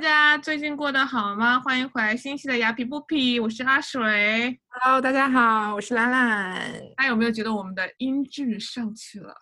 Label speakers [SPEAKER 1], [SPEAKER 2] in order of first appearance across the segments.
[SPEAKER 1] 家最近过得好吗？欢迎回来新一期的雅痞不痞，我是阿水。
[SPEAKER 2] Hello，大家好，我是兰兰，
[SPEAKER 1] 大家有没有觉得我们的音质上去了？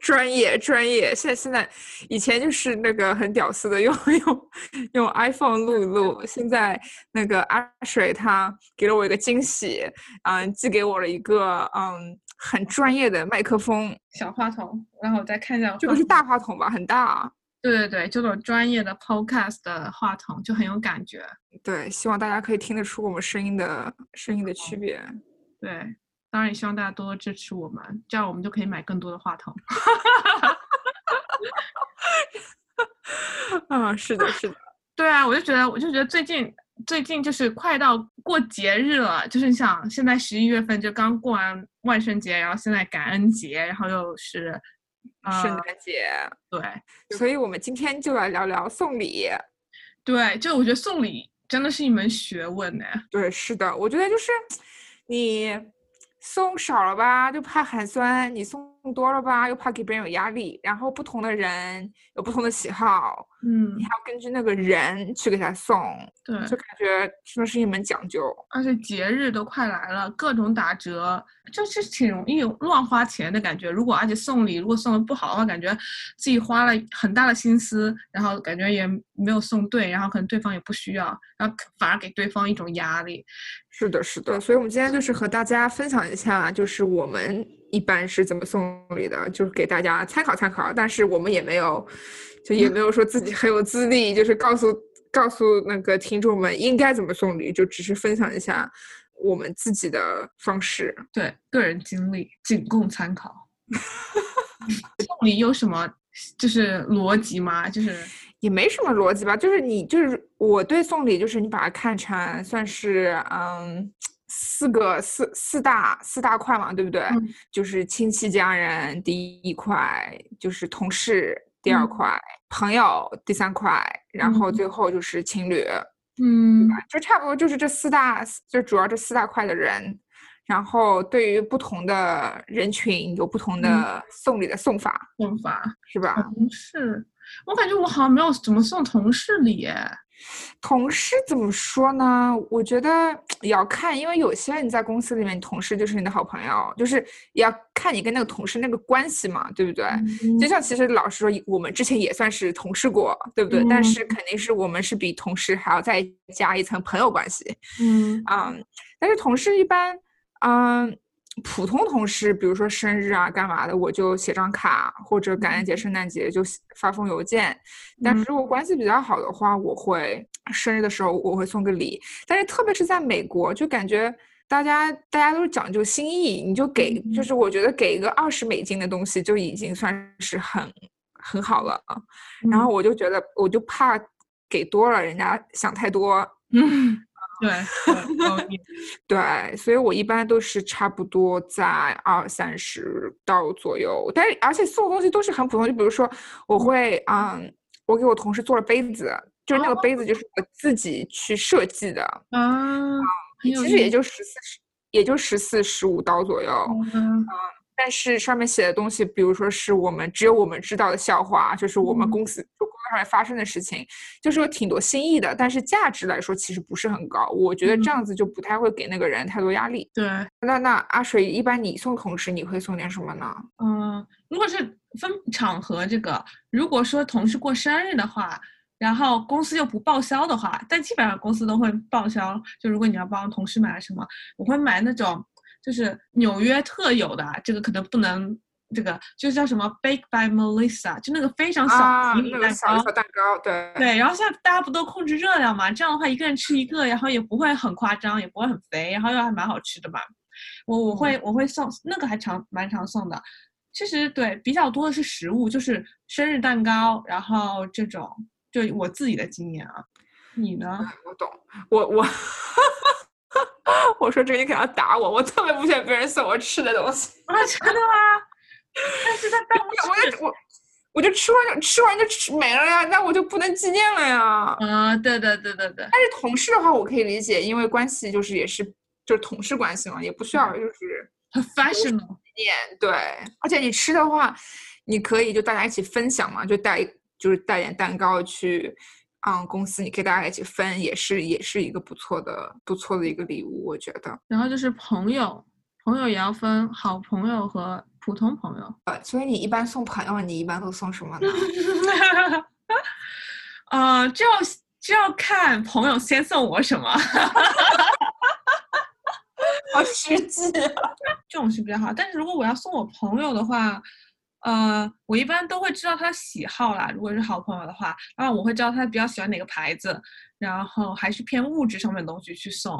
[SPEAKER 2] 专业专业。现在现在以前就是那个很屌丝的用 用用 iPhone 录一录，现在那个阿水他给了我一个惊喜，嗯，寄给我了一个嗯很专业的麦克风，
[SPEAKER 1] 小话筒，然后我再看一下我
[SPEAKER 2] 这
[SPEAKER 1] 话
[SPEAKER 2] 个是
[SPEAKER 1] 筒
[SPEAKER 2] 大话筒吧，很大。
[SPEAKER 1] 对对对，这种专业的 podcast 的话筒就很有感觉。
[SPEAKER 2] 对，希望大家可以听得出我们声音的声音的区别。
[SPEAKER 1] 对，当然也希望大家多多支持我们，这样我们就可以买更多的话筒。
[SPEAKER 2] 嗯，是的，是的。
[SPEAKER 1] 对啊，我就觉得，我就觉得最近最近就是快到过节日了，就是你想，现在十一月份就刚过完万圣节，然后现在感恩节，然后又是，呃，
[SPEAKER 2] 圣诞节，
[SPEAKER 1] 对
[SPEAKER 2] 所以我们今天就来聊聊送礼。
[SPEAKER 1] 对，就我觉得送礼真的是一门学问哎呢。
[SPEAKER 2] 对，是的，我觉得就是你送少了吧，就怕寒酸；你送多了吧，又怕给别人有压力。然后不同的人有不同的喜好，
[SPEAKER 1] 嗯
[SPEAKER 2] 你还，要根据那个人去给他送，
[SPEAKER 1] 对，
[SPEAKER 2] 就感觉真的是一门讲究。
[SPEAKER 1] 而且节日都快来了，各种打折，就是挺容易乱花钱的感觉。如果而且送礼，如果送的不好的话，感觉自己花了很大的心思，然后感觉也没有送对，然后可能对方也不需要，然后反而给对方一种压力。
[SPEAKER 2] 是的，是的，所以我们今天就是和大家分享一下，就是我们一般是怎么送礼的，就是给大家参考参考。啊但是我们也没有，就也没有说自己很有资历，就是告诉告诉那个听众们应该怎么送礼，就只是分享一下我们自己的方式。
[SPEAKER 1] 对，个人经历仅供参 考。送礼有什么就是逻辑吗？就是
[SPEAKER 2] 也没什么逻辑吧，就是你就是我对送礼，就是你把它看成算是嗯四个四四大四大块嘛，对不对？
[SPEAKER 1] 嗯
[SPEAKER 2] 就是亲戚家人第一块，就是同事第二
[SPEAKER 1] 嗯
[SPEAKER 2] 块，朋友第三块，然后
[SPEAKER 1] 嗯
[SPEAKER 2] 最后就是情侣，
[SPEAKER 1] 嗯
[SPEAKER 2] 就差不多就是这四大，就主要这四大块的人。然后对于不同的人群有不同
[SPEAKER 1] 嗯
[SPEAKER 2] 的送礼的送法，
[SPEAKER 1] 送法
[SPEAKER 2] 是吧？
[SPEAKER 1] 同事，我感觉我好像没有怎么送同事礼哎。
[SPEAKER 2] 同事怎么说呢？我觉得也要看，因为有些人在公司里面，同事就是你的好朋友，就是也要看你跟那个同事那个关系嘛，对不对？哎
[SPEAKER 1] 嗯
[SPEAKER 2] 就像其实老实说，我们之前也算是同事过，对不对？但
[SPEAKER 1] 嗯
[SPEAKER 2] 是肯定是我们是比同事还要再加一层朋友关系。
[SPEAKER 1] 嗯
[SPEAKER 2] 嗯，但是同事一般，嗯，普通同事，比如说生日啊、干嘛的，我就写张卡，或者感恩节、圣诞节就写发封邮件。但
[SPEAKER 1] 嗯
[SPEAKER 2] 是如果关系比较好的话，我会生日的时候我会送个礼。但是特别是在美国，就感觉。大家大家都是讲究心意，你就给，
[SPEAKER 1] 嗯
[SPEAKER 2] 就是我觉得给一个二十美金的东西就已经算是很很好了。然
[SPEAKER 1] 嗯
[SPEAKER 2] 后我就觉得，我就怕给多了，人家想太多，
[SPEAKER 1] 嗯，对，对同意
[SPEAKER 2] 对，所以我一般都是差不多在二三十刀左右，但是而且送的东西都是很普通，就比如说我会，嗯，我给我同事做了杯子，就是那个
[SPEAKER 1] 哦
[SPEAKER 2] 杯子就是我自己去设计的，
[SPEAKER 1] 啊， 很有
[SPEAKER 2] 其实也
[SPEAKER 1] 意
[SPEAKER 2] 就十四十，也就十四十五刀左右，
[SPEAKER 1] 思啊
[SPEAKER 2] 但是上面写的东西，比如说是我们只有我们知道的笑话，就是我们
[SPEAKER 1] 嗯
[SPEAKER 2] 公司就工作上面发生的事情，就是有挺多新意的，但是价值来说其实不是很高，我觉得
[SPEAKER 1] 嗯
[SPEAKER 2] 这样子就不太会给那个人太多压力。
[SPEAKER 1] 对，
[SPEAKER 2] 那那阿水，一般你送同事你会送点什么呢？
[SPEAKER 1] 嗯，如果是分场合这个，如果说同事过生日的话，然后公司又不报销的话，但基本上公司都会报销。就如果你要帮同事买什么，我会买那种就是纽约特有的啊，这个可能不能。这个就是叫什么 Bake by Melissa，就那个非常小
[SPEAKER 2] 啊，
[SPEAKER 1] 迷你
[SPEAKER 2] 那个
[SPEAKER 1] 蛋
[SPEAKER 2] 小
[SPEAKER 1] 糕
[SPEAKER 2] 小，蛋糕，对
[SPEAKER 1] 对，然后现在大家不都控制热量嘛？这样的话，一个人吃一个，然后也不会很夸张，也不会很肥，然后又还蛮好吃的嘛。我我会我会送那个还常蛮常送的。其实对比较多的是食物，就是生日蛋糕，然后这种，就我自己的经验啊。你呢？
[SPEAKER 2] 我懂。我我 我说这个你肯定要打我，我特别不喜欢别人送我吃的东西，
[SPEAKER 1] 啊，真的吗？但是在办公
[SPEAKER 2] 我
[SPEAKER 1] 室，
[SPEAKER 2] 就我我就吃完就吃完就吃没了呀，那我就不能纪念了呀。
[SPEAKER 1] 啊、对对对对对，
[SPEAKER 2] 但是同事的话，我可以理解，因为关系就是也是就是同事关系嘛，也不需
[SPEAKER 1] 嗯
[SPEAKER 2] 要就是
[SPEAKER 1] 很 fashion，
[SPEAKER 2] 纪念对。而且你吃的话，你可以就大家一起分享嘛，就带就是带点蛋糕去，嗯，公司你可以大家一起分，也是也是一个不错的不错的一个礼物，我觉得。
[SPEAKER 1] 然后就是朋友，朋友也要分好朋友和普通朋友。
[SPEAKER 2] 呃，所以你一般送朋友，你一般都送什么呢？
[SPEAKER 1] 呃，就要就要看朋友先送我什么。
[SPEAKER 2] 好实际 啊！
[SPEAKER 1] 这种是比较好。但是如果我要送我朋友的话，呃，我一般都会知道他喜好啦。如果是好朋友的话，然后我会知道他比较喜欢哪个牌子，然后还是偏物质上面的东西去送。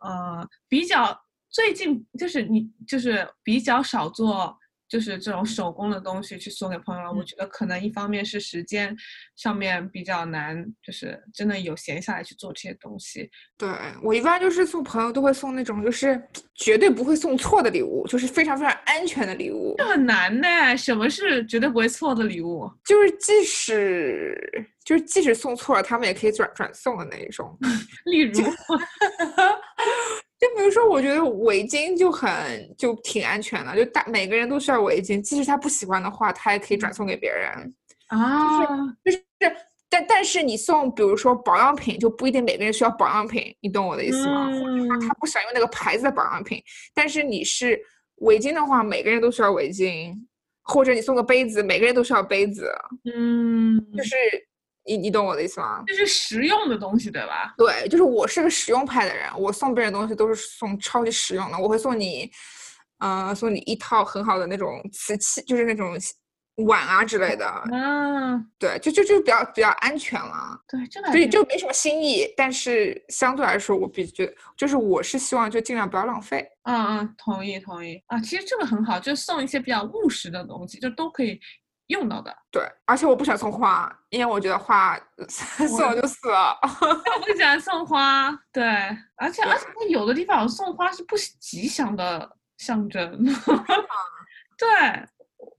[SPEAKER 1] 呃，比较最近就是你就是比较少做就是这种手工的东西去送给朋友了。我觉得可能一方面是时间上面比较难，就是真的有闲下来去做这些东西。
[SPEAKER 2] 对我一般就是送朋友都会送那种就是绝对不会送错的礼物，就是非常非常安全的礼物。
[SPEAKER 1] 这很难呢，什么是绝对不会错的礼物？
[SPEAKER 2] 就是即使就是即使送错了，他们也可以转转送的那一种。
[SPEAKER 1] 例如，
[SPEAKER 2] 就比如说，我觉得围巾就很就挺安全的，就大每个人都需要围巾，即使他不喜欢的话，他也可以转送给别人。
[SPEAKER 1] 啊，
[SPEAKER 2] 就是但但是你送，比如说保养品，就不一定每个人需要保养品，你懂我的意思吗？或者
[SPEAKER 1] 嗯
[SPEAKER 2] 他不想用那个牌子的保养品，但是你是围巾的话，每个人都需要围巾，或者你送个杯子，每个人都需要杯子，
[SPEAKER 1] 嗯，
[SPEAKER 2] 就是你你懂我的意思吗？
[SPEAKER 1] 这是实用的东西，对吧？
[SPEAKER 2] 对，就是我是个实用派的人，我送别人东西都是送超级实用的，我会送你，呃，送你一套很好的那种瓷器，就是那种碗啊之类的，
[SPEAKER 1] 啊，
[SPEAKER 2] 对，就就就比较比较安全了。
[SPEAKER 1] 对，这个还
[SPEAKER 2] 所以
[SPEAKER 1] 挺
[SPEAKER 2] 就没什么新意，但是相对来说，我比觉就是我是希望就尽量不要浪费。
[SPEAKER 1] 嗯嗯，同意同意啊，其实这个很好，就送一些比较务实的东西，就都可以用到的。
[SPEAKER 2] 对，而且我不喜欢送花，因为我觉得花送了就死了。
[SPEAKER 1] 但我不喜欢送花，对，而且而且在有的地方送花是不吉祥的象征， 对。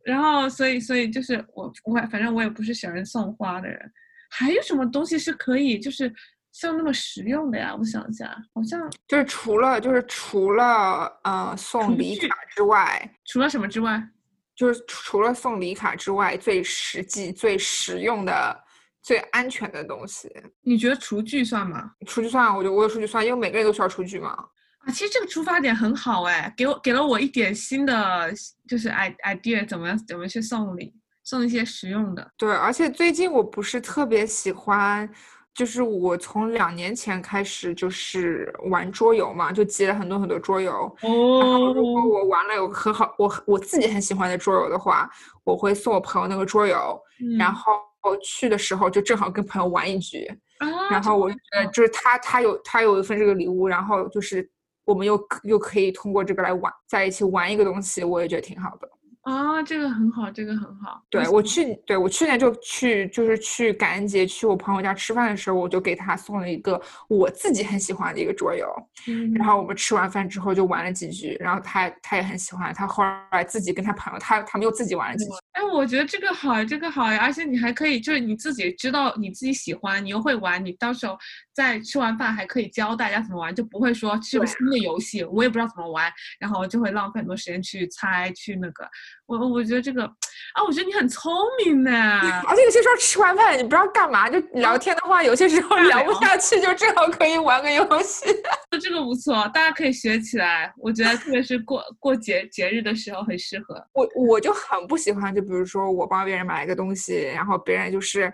[SPEAKER 1] 然后所以所以就是我我反正我也不是喜欢送花的人。还有什么东西是可以就是像那么实用的呀？我想一下，好像
[SPEAKER 2] 就是除了就是除了呃送
[SPEAKER 1] 纯
[SPEAKER 2] 礼
[SPEAKER 1] 聚
[SPEAKER 2] 卡之外，
[SPEAKER 1] 除了什么之外，
[SPEAKER 2] 就是除除了送礼卡之外，最实际、最实用的、最安全的东西，
[SPEAKER 1] 你觉得厨具算吗？
[SPEAKER 2] 厨具算，我觉得我有厨具算，因为每个人都需要厨具嘛。
[SPEAKER 1] 啊，其实这个出发点很好哎，给我给了我一点新的，就是 i- idea，怎么样怎么去送礼，送一些实用的。
[SPEAKER 2] 对，而且最近我不是特别喜欢，就是我从两年前开始就是玩桌游嘛，就积了很多很多桌游。然后如
[SPEAKER 1] 哦
[SPEAKER 2] 果我玩了有很好，我很我自己很喜欢的桌游的话，我会送我朋友那个桌游，然
[SPEAKER 1] 嗯，
[SPEAKER 2] 后去的时候就正好跟朋友玩一局，
[SPEAKER 1] 啊，
[SPEAKER 2] 然
[SPEAKER 1] 这
[SPEAKER 2] 后我
[SPEAKER 1] 个
[SPEAKER 2] 就觉得就是他他有他有一份这个礼物，然后就是我们又可又可以通过这个来玩，在一起玩一个东西，我也觉得挺好的。
[SPEAKER 1] 啊，这个很好，这个很好。
[SPEAKER 2] 对我去，对我去年就去，就是去感恩节去我朋友家吃饭的时候，我就给他送了一个我自己很喜欢的一个桌游，
[SPEAKER 1] 嗯，
[SPEAKER 2] 然后我们吃完饭之后就玩了几局，然后他他也很喜欢，他后来自己跟他朋友，他他们又自己玩了几局。
[SPEAKER 1] 哎，我觉得这个好，这个好呀，而且你还可以，就是你自己知道你自己喜欢，你又会玩，你到时候在吃完饭还可以教大家怎么玩，就不会说是个
[SPEAKER 2] 对啊
[SPEAKER 1] 新的游戏，我也不知道怎么玩，然后就会浪费很多时间去猜去那个。我我觉得这个，啊，我觉得你很聪明呢。
[SPEAKER 2] 而且啊有些时候吃完饭你不知道干嘛，就聊天的话，有些时候
[SPEAKER 1] 尬
[SPEAKER 2] 聊不
[SPEAKER 1] 聊
[SPEAKER 2] 下去，就正好可以玩个游戏。
[SPEAKER 1] 这个不错，大家可以学起来。我觉得特别是过过节节日的时候很适合。
[SPEAKER 2] 我我就很不喜欢，就比如说我帮别人买一个东西，然后别人就是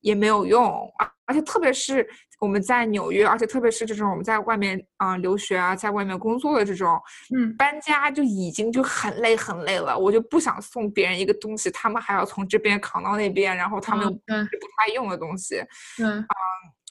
[SPEAKER 2] 也没有用，而而且特别是我们在纽约，而且特别是这种我们在外面啊、呃留学啊，在外面工作的这种
[SPEAKER 1] 嗯，
[SPEAKER 2] 搬家就已经就很累很累了，我就不想送别人一个东西，他们还要从这边扛到那边，然后他们又
[SPEAKER 1] 嗯对
[SPEAKER 2] 不太用的东西，
[SPEAKER 1] 对，嗯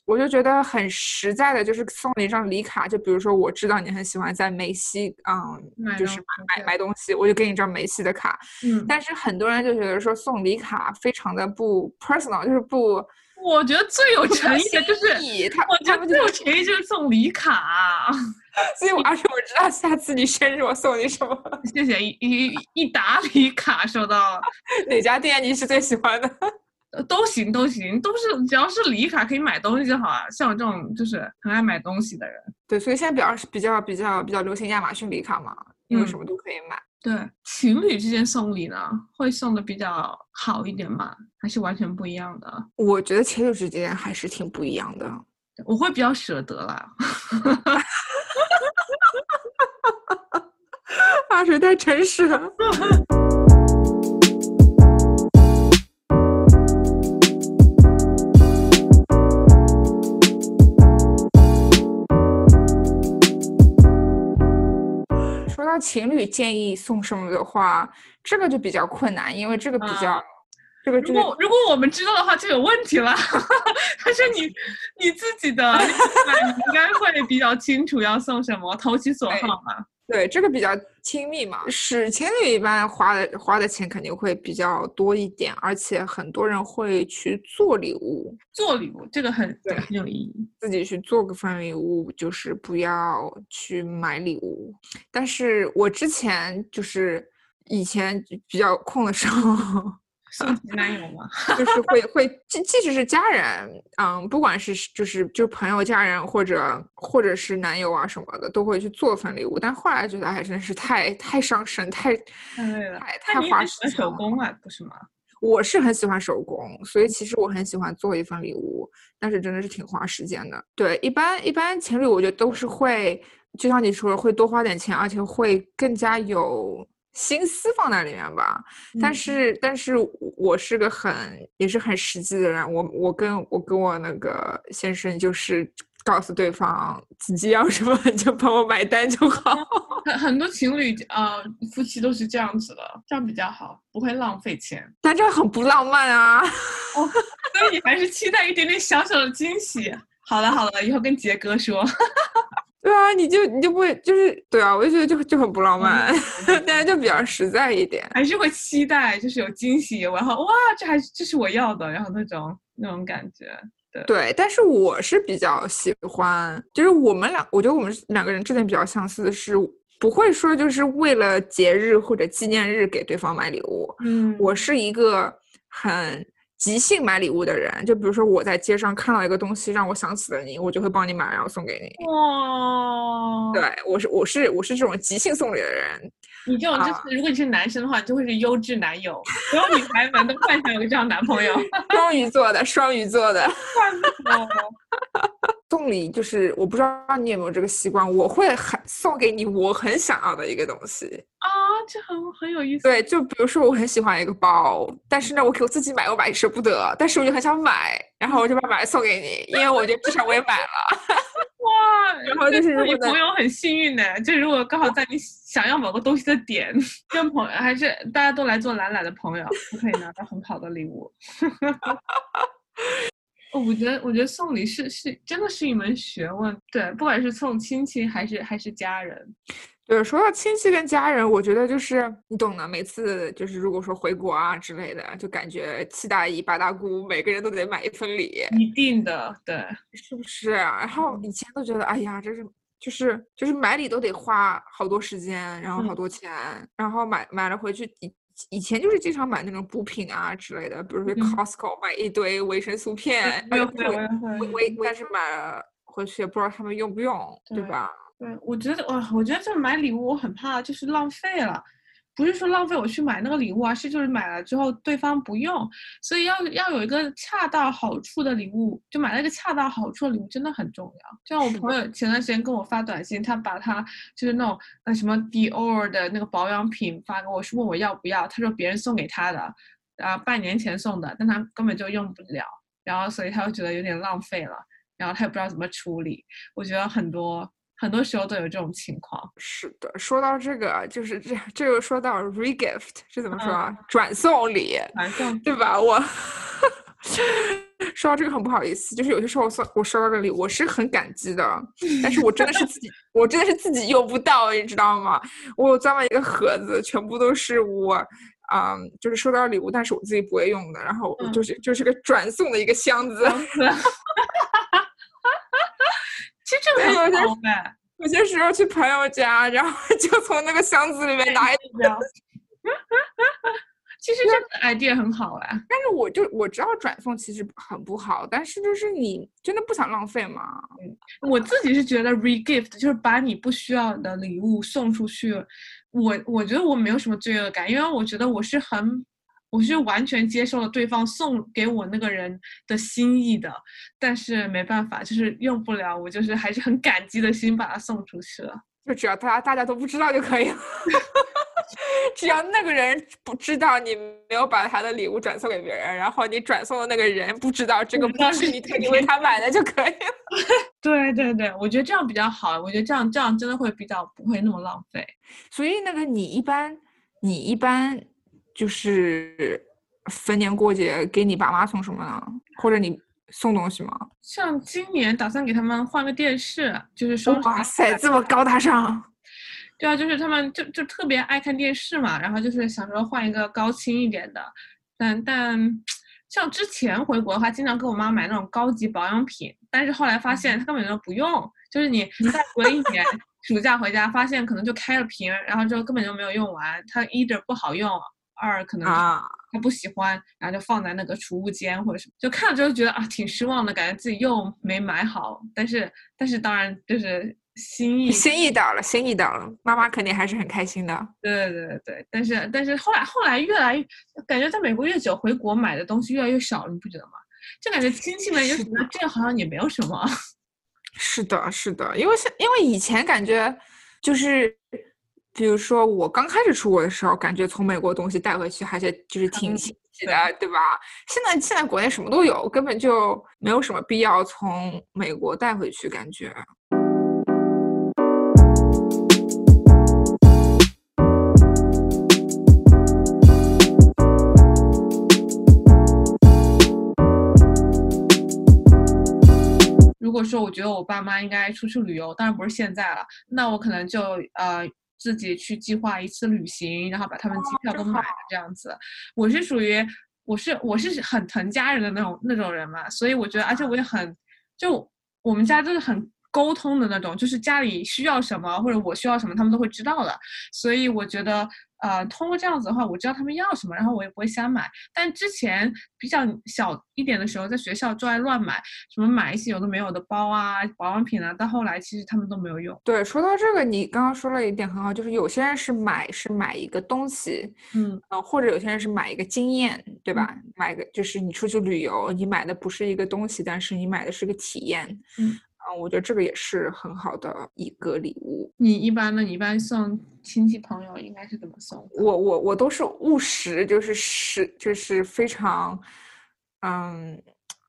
[SPEAKER 2] 我就觉得很实在的，就是送你一张礼卡，就比如说我知道你很喜欢在梅西，嗯，
[SPEAKER 1] 买
[SPEAKER 2] 就
[SPEAKER 1] 了
[SPEAKER 2] 是
[SPEAKER 1] 我
[SPEAKER 2] 买买东西，我就给你一张梅西的卡。
[SPEAKER 1] 嗯，
[SPEAKER 2] 但是很多人就觉得说送礼卡非常的不 personal，就是不
[SPEAKER 1] 我觉得最有
[SPEAKER 2] 不
[SPEAKER 1] 诚意的就是，
[SPEAKER 2] 意义。他
[SPEAKER 1] 我觉
[SPEAKER 2] 他
[SPEAKER 1] 得
[SPEAKER 2] 们
[SPEAKER 1] 最
[SPEAKER 2] 就
[SPEAKER 1] 有
[SPEAKER 2] 是，
[SPEAKER 1] 诚意就是送礼卡。啊
[SPEAKER 2] 所以我而且我知道下次你生日我送你什么，
[SPEAKER 1] 谢谢一一一打礼卡收到了，
[SPEAKER 2] 哪家店你是最喜欢的。
[SPEAKER 1] 呃都行都行，都是只要是礼卡可以买东西就好啊。像我这种就是很爱买东西的人，
[SPEAKER 2] 对，所以现在比较比较比较比较流行亚马逊礼卡嘛，因为
[SPEAKER 1] 嗯
[SPEAKER 2] 什么都可以买。
[SPEAKER 1] 对，情侣之间送礼呢，会送的比较好一点吗？还是完全不一样的？
[SPEAKER 2] 我觉得情侣之间还是挺不一样的。
[SPEAKER 1] 我会比较舍得啦。
[SPEAKER 2] 阿水太诚实啊了。 说到情侣建议送什么的话，这个就比较困难，因为这个比较，
[SPEAKER 1] 啊
[SPEAKER 2] 这个
[SPEAKER 1] 如
[SPEAKER 2] 这
[SPEAKER 1] 果
[SPEAKER 2] 个
[SPEAKER 1] 如果我们知道的话，就有问题了。 他说你你自己的，你应该会比较清楚要送什么，投其所
[SPEAKER 2] 对
[SPEAKER 1] 好嘛。
[SPEAKER 2] 对这个比较亲密嘛，使情侣一般花的花的钱肯定会比较多一点，而且很多人会去做礼物，
[SPEAKER 1] 做礼物这个很
[SPEAKER 2] 对
[SPEAKER 1] 很有意义。
[SPEAKER 2] 自己去做个份礼物，就是不要去买礼物。但是我之前就是以前比较空的时候。 嗯
[SPEAKER 1] 送前男友嘛，
[SPEAKER 2] 就是会会，即即使是家人，嗯，不管是就是就朋友、家人或者或者是男友啊什么的，都会去做份礼物。但后来觉得还真是太太伤身，太
[SPEAKER 1] 太累了。那
[SPEAKER 2] 太太
[SPEAKER 1] 你
[SPEAKER 2] 花
[SPEAKER 1] 也
[SPEAKER 2] 时
[SPEAKER 1] 喜欢
[SPEAKER 2] 间
[SPEAKER 1] 手
[SPEAKER 2] 了。
[SPEAKER 1] 工啊，不是吗？
[SPEAKER 2] 我是很喜欢手工，所以其实我很喜欢做一份礼物，但是真的是挺花时间的。对，一般一般情侣，我觉得都是会，就像你说的，会多花点钱，而且会更加有心思放在里面吧。但
[SPEAKER 1] 嗯
[SPEAKER 2] 是，但是我我是个很也是很实际的人，我我跟我跟我那个先生就是告诉对方自己要什么 就帮我买单就好。
[SPEAKER 1] 很很多情侣呃夫妻都是这样子的，这样比较好，不会浪费钱。
[SPEAKER 2] 但这很不浪漫啊！
[SPEAKER 1] 所以你还是期待一点点小小的惊喜。好了好了，以后跟杰哥说。
[SPEAKER 2] 对啊，你就你就不会就是对啊，我就觉得就就很不
[SPEAKER 1] 嗯
[SPEAKER 2] 浪 漫，但是就比较实在一点。
[SPEAKER 1] 还是会期待，就是有惊喜，然后哇，这还是这是我要的，然后那种那种感觉。
[SPEAKER 2] 对，但是我是比较喜欢，就是我们俩，我觉得我们是两个人这点比较相似的是，不会说就是为了节日或者纪念日给对方买礼物。
[SPEAKER 1] 嗯
[SPEAKER 2] 我是一个很即兴买礼物的人，就比如说我在街上看到一个东西让我想起了你，我就会帮你买，然后送给你。
[SPEAKER 1] 哇，
[SPEAKER 2] 对，我是我是我是这种即兴送礼的人，
[SPEAKER 1] 你这种就是，
[SPEAKER 2] 啊
[SPEAKER 1] 如果你是男生的话，你就会是优质男友，所有女孩们都幻想有个这样的男 朋友。
[SPEAKER 2] 双鱼座的，双鱼座的。
[SPEAKER 1] 哦
[SPEAKER 2] 送礼就是我不知道你有没有这个习惯，我会很送给你我很想要的一个东西。
[SPEAKER 1] 啊，这很很有意思。
[SPEAKER 2] 对，就比如说我很喜欢一个包，但是呢，我给我自己买，我买舍不得，但是我就很想买，然后我就把它买来送给你，因为我觉得至少我也买了。
[SPEAKER 1] 哇，
[SPEAKER 2] 然后就是如
[SPEAKER 1] 你
[SPEAKER 2] 果能
[SPEAKER 1] 朋友很幸运呢，就如果刚好在你想要某个东西的点，跟朋友还是大家都来做懒懒的朋友，就可以拿到很好的礼物。 哦我觉得，我觉得送礼是是真的是一门学问，对，不管是送亲戚还是还是家人，
[SPEAKER 2] 对，说到亲戚跟家人，我觉得就是你懂的，每次就是如果说回国啊之类的，就感觉七大姨八大姑，每个人都得买一份礼，
[SPEAKER 1] 一定的，对，
[SPEAKER 2] 是不是啊？然后
[SPEAKER 1] 嗯
[SPEAKER 2] 以前都觉得，哎呀，这是就是就是买礼都得花好多时间，然后
[SPEAKER 1] 嗯
[SPEAKER 2] 好多钱，然后买买了回去以以前就是经常买那种补品啊之类的，比如说
[SPEAKER 1] 嗯
[SPEAKER 2] Costco 买一堆维生素片，
[SPEAKER 1] 我也
[SPEAKER 2] 哎呦
[SPEAKER 1] 会，我也
[SPEAKER 2] 我
[SPEAKER 1] 会
[SPEAKER 2] 我。我但是买了回去也不知道他们用不用，对
[SPEAKER 1] 对
[SPEAKER 2] 吧？
[SPEAKER 1] 对，我觉得哇，我觉得这买礼物我很怕就是浪费了，不是说浪费我去买那个礼物啊，是就是买了之后对方不用，所以要要有一个恰到好处的礼物，就买了一个恰到好处的礼物真的很重要。就像我
[SPEAKER 2] 是
[SPEAKER 1] 朋友前段时间跟我发短信，他把他就是那种呃什么 Dior 的那个保养品发给我，是问我要不要，他说别人送给他的，啊半年前送的，但他根本就用不了，然后所以他就觉得有点浪费了，然后他也不知道怎么处理。我觉得很多很多时候都有这种情况。
[SPEAKER 2] 是的，说到这个，就是这这又说到 regift 是怎么说
[SPEAKER 1] 嗯
[SPEAKER 2] 啊？转送礼，
[SPEAKER 1] 反正
[SPEAKER 2] 对吧？我说到这个很不好意思，就是有些时候我收我收到的礼，我是很感激的，但是我真的是自己，我真的是自己用不到，你知道吗？我有专门一个盒子，全部都是我，嗯，就是收到礼物，但是我自己不会用的，然后我
[SPEAKER 1] 嗯
[SPEAKER 2] 就是、就是个转送的一个箱子。
[SPEAKER 1] 其实这
[SPEAKER 2] 对
[SPEAKER 1] 个
[SPEAKER 2] 我
[SPEAKER 1] 很
[SPEAKER 2] 就
[SPEAKER 1] 好哎，
[SPEAKER 2] 有些时候去朋友家，然后就从那个箱子里面拿一
[SPEAKER 1] 对不对 其实这个 idea 很好哎，
[SPEAKER 2] 但是我就我知道转送其实很不好，但是就是你真的不想浪费嘛？
[SPEAKER 1] 我自己是觉得 regift 就是把你不需要的礼物送出去，我我觉得我没有什么罪恶感，因为我觉得我是很，我是完全接受了对方送给我那个人的心意的，但是没办法，就是用不了，我就是还是很感激的心把它送出去了。
[SPEAKER 2] 就只要大家大家都不知道就可以了， 只要那个人不知道你没有把他的礼物转送给别人，然后你转送的那个人不知道这个不是你特地为他买的就可以了。
[SPEAKER 1] 对对对，我觉得这样比较好，我觉得这样这样真的会比较不会那么浪费。
[SPEAKER 2] 所以那个你一般你一般就是逢年过节给你爸妈送什么呢？或者你送东西吗？
[SPEAKER 1] 像今年打算给他们换个电视，就是说，
[SPEAKER 2] 哇塞，这么高大上！
[SPEAKER 1] 对啊，就是他们就就特别爱看电视嘛，然后就是想说换一个高清一点的，但但像之前回国的话，经常给我妈买那种高级保养品，但是后来发现她根本就不用，就是 你再隔一年暑假回家，发现可能就开了瓶，然后就根本就没有用完，它一点不好用，二可能
[SPEAKER 2] 啊，
[SPEAKER 1] 他不喜欢，然后就放在那个储物间或者什么，就看了之后觉得啊挺失望的，感觉自己又没买好。但是但是当然就是心意，
[SPEAKER 2] 心意到了，心意到了，妈妈肯定还是很开心的。
[SPEAKER 1] 对对对对。但是但是后来后来越来越感觉在美国越久，回国买的东西越来越少了，你不觉得吗？就感觉亲戚们就觉得这个好像也没有什么。
[SPEAKER 2] 是的，是的，因为是因为以前感觉就是。比如说，我刚开始出国的时候，感觉从美国东西带回去还是就是挺新奇的，对吧？现在现在国内什么都有，根本就没有什么必要从美国带回去，感觉。
[SPEAKER 1] 如果说我觉得我爸妈应该出去旅游，当然不是现在了，那我可能就呃。自己去计划一次旅行，然后把他们机票都买了，这样子。我是属于我是我是很疼家人的那种那种人嘛，所以我觉得，而且我也很就我们家就是很沟通的那种，就是家里需要什么或者我需要什么，他们都会知道的。所以我觉得，呃，通过这样子的话，我知道他们要什么，然后我也不会瞎买。但之前比较小一点的时候，在学校就爱乱买，什么买一些有的没有的包啊、保养品啊，到后来其实他们都没有用。
[SPEAKER 2] 对，说到这个，你刚刚说了一点很好，就是有些人是买是买一个东西，
[SPEAKER 1] 嗯，
[SPEAKER 2] 呃，或者有些人是买一个经验，对吧？
[SPEAKER 1] 嗯
[SPEAKER 2] 买个就是你出去旅游，你买的不是一个东西，但是你买的是个体验，
[SPEAKER 1] 嗯，
[SPEAKER 2] 啊、我觉得这个也是很好的一个礼物。
[SPEAKER 1] 你一般呢？你一般送亲戚朋友应该是怎么送？
[SPEAKER 2] 我我我都是务实，就是实，就是非常，嗯，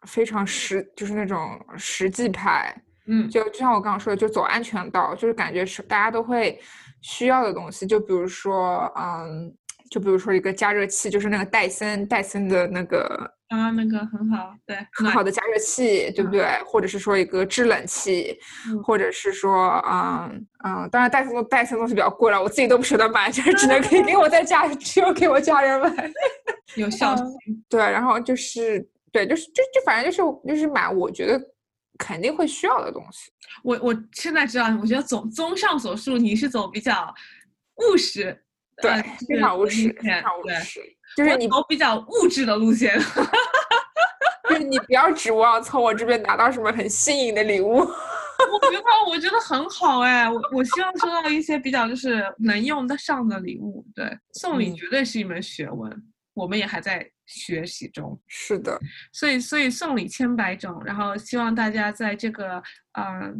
[SPEAKER 2] 非常实，就是那种实际派。
[SPEAKER 1] 嗯，
[SPEAKER 2] 就就像我刚刚说的，就走安全道，就是感觉是大家都会需要的东西。就比如说，嗯，就比如说一个加热器，就是那个戴森戴森的那个
[SPEAKER 1] 啊，那个很好，对，
[SPEAKER 2] 很好的加热器，对不对？或者是说一个制冷器，
[SPEAKER 1] 嗯
[SPEAKER 2] 或者是说，嗯嗯，当然戴森的戴森东西比较贵了，我自己都不舍得买，就是只能给给我在家，只有给我家人买。
[SPEAKER 1] 有效
[SPEAKER 2] 嗯对，然后就是对，就是就就反正就是就是买，我觉得肯定会需要的东西。
[SPEAKER 1] 我我现在知道，我觉得总综上所述，你是走比较务实，
[SPEAKER 2] 对
[SPEAKER 1] 呃，
[SPEAKER 2] 非常务实，
[SPEAKER 1] 路
[SPEAKER 2] 非
[SPEAKER 1] 线
[SPEAKER 2] 常务
[SPEAKER 1] 对
[SPEAKER 2] 实。就是
[SPEAKER 1] 我
[SPEAKER 2] 你，
[SPEAKER 1] 走比较物质的路线。
[SPEAKER 2] 就是你不要指望从我这边拿到什么很新颖的礼物。
[SPEAKER 1] 我觉得我觉得很好哎，我我希望收到一些比较就是能用得上的礼物。对，送礼
[SPEAKER 2] 嗯
[SPEAKER 1] 绝对是一门学问，我们也还在学习中。
[SPEAKER 2] 是的，
[SPEAKER 1] 所以，所以送礼千百种，然后希望大家在这个嗯、呃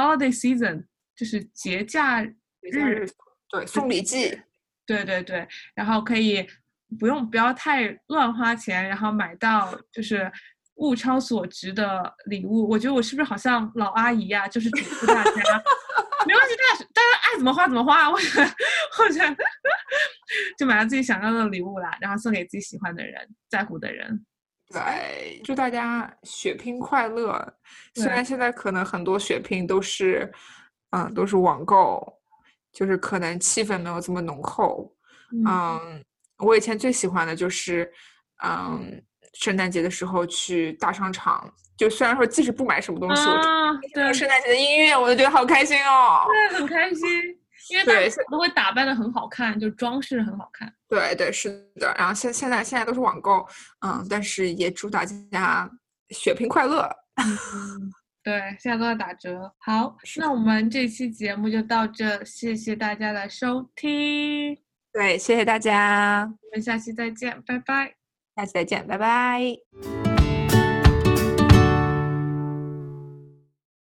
[SPEAKER 1] holiday season，就是节假日，
[SPEAKER 2] 对，送礼季，
[SPEAKER 1] 对对对，然后可以不用不要太乱花钱，然后买到就是物超所值的礼物。我觉得我是不是好像老阿姨呀、就是嘱咐大家， 没关系，大家大家爱怎么花怎么花，啊或者或者就买到自己想要的礼物啦，然后送给自己喜欢的人、在乎的人。
[SPEAKER 2] 对，哎祝大家血拼快乐。虽
[SPEAKER 1] 对
[SPEAKER 2] 然现在可能很多血拼都是，嗯，都是网购，就是可能气氛没有这么浓厚。嗯，我以前最喜欢的就是，嗯，圣诞节的时候去大商场。就虽然说即使不买什么东西，我
[SPEAKER 1] 啊，对
[SPEAKER 2] 听圣诞节的音乐，我就觉得好开心哦。
[SPEAKER 1] 对，很开心，因为大
[SPEAKER 2] 对
[SPEAKER 1] 家都会打扮的很好看，就装饰很好看。
[SPEAKER 2] 对对，是的。然后现现在现在都是网购，嗯，但是也祝大家血拼快乐。
[SPEAKER 1] 对，现在都在打折。好，
[SPEAKER 2] 是
[SPEAKER 1] 那我们这期节目就到这，谢谢大家的收听，
[SPEAKER 2] 对，谢谢大家，
[SPEAKER 1] 我们下期再见，拜拜。
[SPEAKER 2] 下期再见，拜拜。